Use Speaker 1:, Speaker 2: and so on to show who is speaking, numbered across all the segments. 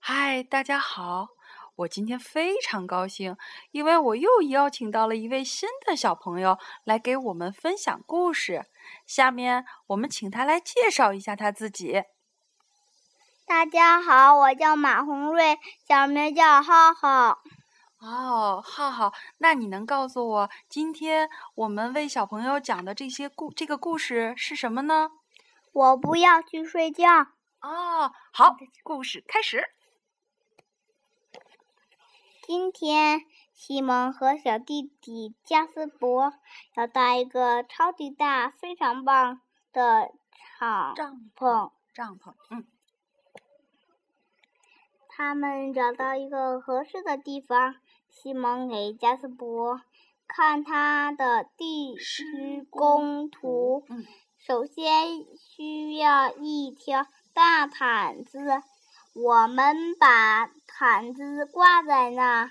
Speaker 1: 嗨，大家好！我今天非常高兴，因为我又邀请到了一位新的小朋友来给我们分享故事。下面我们请他来介绍一下他自己。
Speaker 2: 大家好，我叫马红瑞，小名叫浩浩。
Speaker 1: 哦，浩浩，那你能告诉我，今天我们为小朋友讲的这些故这个故事是什么呢？
Speaker 2: 我不要去睡觉。
Speaker 1: 哦，好，故事开始。
Speaker 2: 今天，西蒙和小弟弟加斯伯要搭一个超级大、非常棒的敞
Speaker 1: 帐
Speaker 2: 篷。
Speaker 1: 帐篷，嗯，
Speaker 2: 他们找到一个合适的地方，西蒙给加斯伯看他的地
Speaker 1: 施
Speaker 2: 施工图。
Speaker 1: 嗯，
Speaker 2: 首先需要一条大毯子，我们把毯子挂在那儿。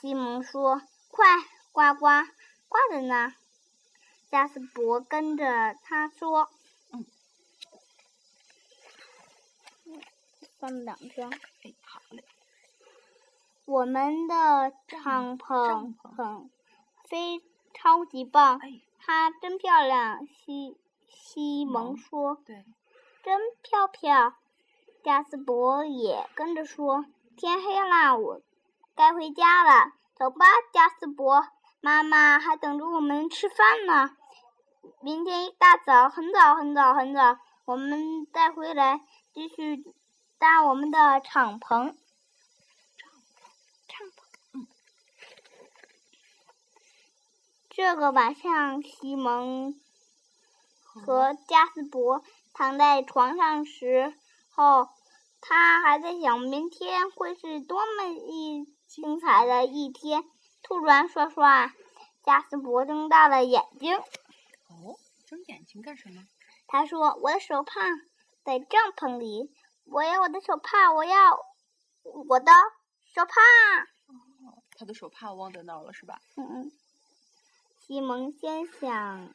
Speaker 2: 西蒙说：“快，呱呱，挂在那儿。”加斯伯跟着他说：“
Speaker 1: 嗯，
Speaker 2: 放两张。
Speaker 1: 哎，好嘞，
Speaker 2: 我们的
Speaker 1: 帐
Speaker 2: 敞
Speaker 1: 帐
Speaker 2: 篷
Speaker 1: 篷
Speaker 2: 很非超级棒，
Speaker 1: 哎，
Speaker 2: 它真漂亮。”西西
Speaker 1: 蒙
Speaker 2: 蒙说。
Speaker 1: 对，
Speaker 2: 真漂漂。加斯伯也跟着说：“天黑啦，我该回家了。走吧，加斯伯，妈妈还等着我们吃饭呢。明天一大早，很早很早很早，我们再回来继续搭我们的敞篷。”帐篷。这个晚上，西蒙
Speaker 1: 哦
Speaker 2: 和加斯伯躺在床上时候，他还在想明天会是多么一精彩的一天。突然，刷刷，加斯伯睁大了眼睛，
Speaker 1: 哦，睁眼睛干什么？
Speaker 2: 他说：“我的手帕在帐篷里，我要我的手帕，我要我的手帕。”
Speaker 1: 他的手帕忘在那儿了，是吧？
Speaker 2: 嗯嗯，西蒙先想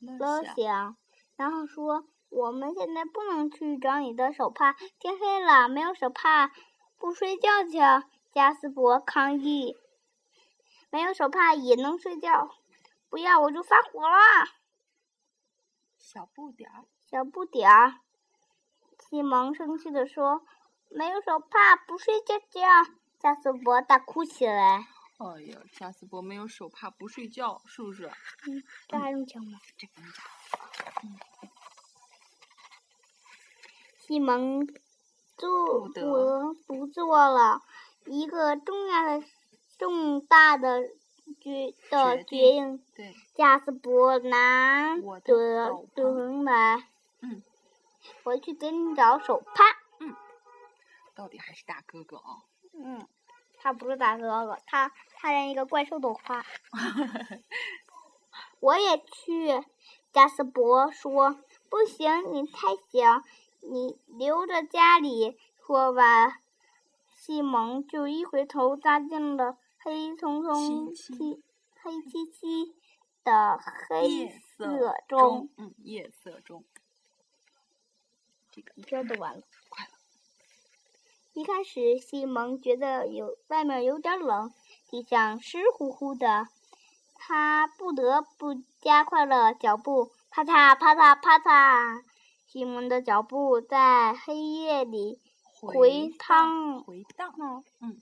Speaker 1: 乐
Speaker 2: 了
Speaker 1: 下
Speaker 2: 想，啊然后说：“我们现在不能去找你的手帕，天黑了，没有手帕，不睡觉去。”加斯伯抗议：“没有手帕也能睡觉，不要我就发火了。
Speaker 1: 小不点儿，”
Speaker 2: 小不点儿，西蒙生气地说：“没有手帕不睡觉觉。”加斯伯大哭起来。
Speaker 1: 哎呀，加斯伯没有手帕不睡觉，是不是？
Speaker 2: 这还用讲吗？
Speaker 1: 哎这不能讲。
Speaker 2: 西蒙坐
Speaker 1: 不得
Speaker 2: 不不做了，一个重要的、重大的决的
Speaker 1: 决定
Speaker 2: 决定。
Speaker 1: 对，
Speaker 2: 加斯伯拿
Speaker 1: 我的手
Speaker 2: 得
Speaker 1: 帕
Speaker 2: 回来，
Speaker 1: 嗯，
Speaker 2: 回去给你找手帕。
Speaker 1: 到底还是大哥哥啊、
Speaker 2: 嗯，他不是大哥哥，他他连一个怪兽都 怕。我也去，加斯伯说：“不行，你太小，你留着家里。”说完，西蒙就一回头扎进了黑彤彤、
Speaker 1: 漆
Speaker 2: 漆黑漆漆的黑
Speaker 1: 夜
Speaker 2: 色
Speaker 1: 中
Speaker 2: 中。，
Speaker 1: 嗯，夜色中，这个
Speaker 2: 这都完了，
Speaker 1: 快了。
Speaker 2: 一开始，西蒙觉得有外面有点冷，地上湿乎乎的，他不得不加快了脚步。啪嚓啪嚓啪嚓，西蒙的脚步在黑夜里回
Speaker 1: 荡
Speaker 2: 荡
Speaker 1: 回荡，嗯，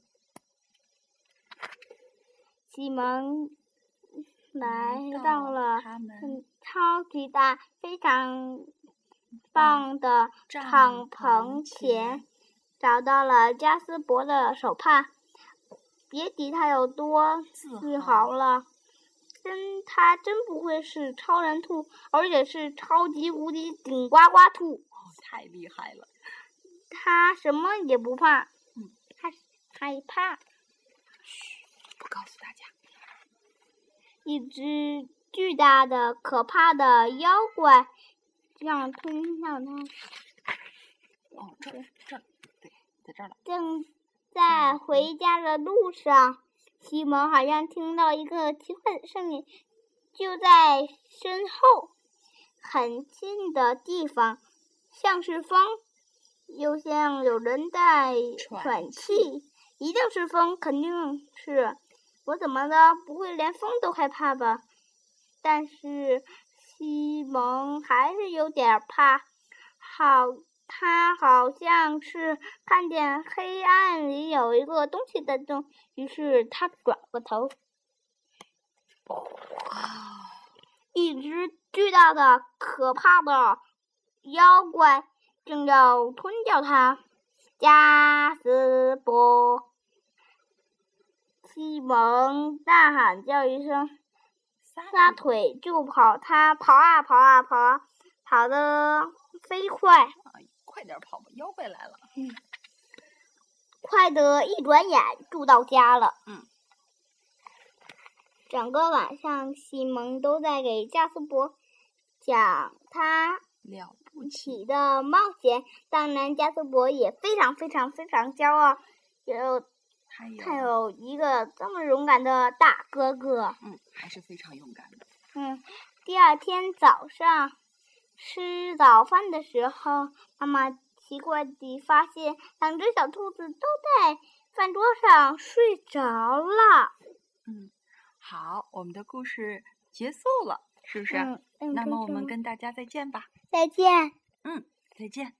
Speaker 2: 西蒙来
Speaker 1: 回
Speaker 2: 到了
Speaker 1: 他们
Speaker 2: 嗯超级大、非常棒的敞篷前，找到了加斯伯的手帕。别提他有多
Speaker 1: 自
Speaker 2: 自豪了，真他真不愧是超人兔，而且是超级无敌顶呱呱兔。
Speaker 1: 哦太厉害了，
Speaker 2: 他什么也不怕，
Speaker 1: 嗯
Speaker 2: 他害怕。
Speaker 1: 不告诉大家，
Speaker 2: 一只巨大的、可怕的妖怪让冲向他。
Speaker 1: 哦，这儿这儿，对，在这儿了，
Speaker 2: 正在回家的路上，西蒙好像听到一个奇怪的声音，就在身后很近的地方，像是风。又像有人在
Speaker 1: 喘
Speaker 2: 喘气，一定是风，肯定是。我怎么了？不会连风都害怕吧？但是西蒙还是有点儿怕，好，他好像是看见黑暗里有一个东西在动，于是他转过头，一只巨大的、可怕的妖怪正要吞掉他。加斯伯，西蒙大喊叫一声，撒
Speaker 1: 撒
Speaker 2: 腿就跑。他跑啊跑啊跑啊，跑得飞快，
Speaker 1: 啊快点跑吧，妖怪来了！
Speaker 2: 快得一转眼住到家了。
Speaker 1: 嗯，
Speaker 2: 整个晚上，西蒙都在给加斯伯讲他
Speaker 1: 了不起！
Speaker 2: 起的冒险。当然，加斯伯也非常非常非常骄傲，有
Speaker 1: 他
Speaker 2: 他
Speaker 1: 有，
Speaker 2: 有一个这么勇敢的大哥哥。
Speaker 1: 嗯，还是非常勇敢的。
Speaker 2: 嗯，第二天早上吃早饭的时候，妈妈奇怪地发现两只小兔子都在饭桌上睡着了。
Speaker 1: 好，我们的故事结束了，是不是？啊
Speaker 2: 嗯，嗯
Speaker 1: 那
Speaker 2: 可以
Speaker 1: 么我
Speaker 2: 这
Speaker 1: 们
Speaker 2: 么
Speaker 1: 跟大家再见吧，
Speaker 2: 再见。
Speaker 1: 再见。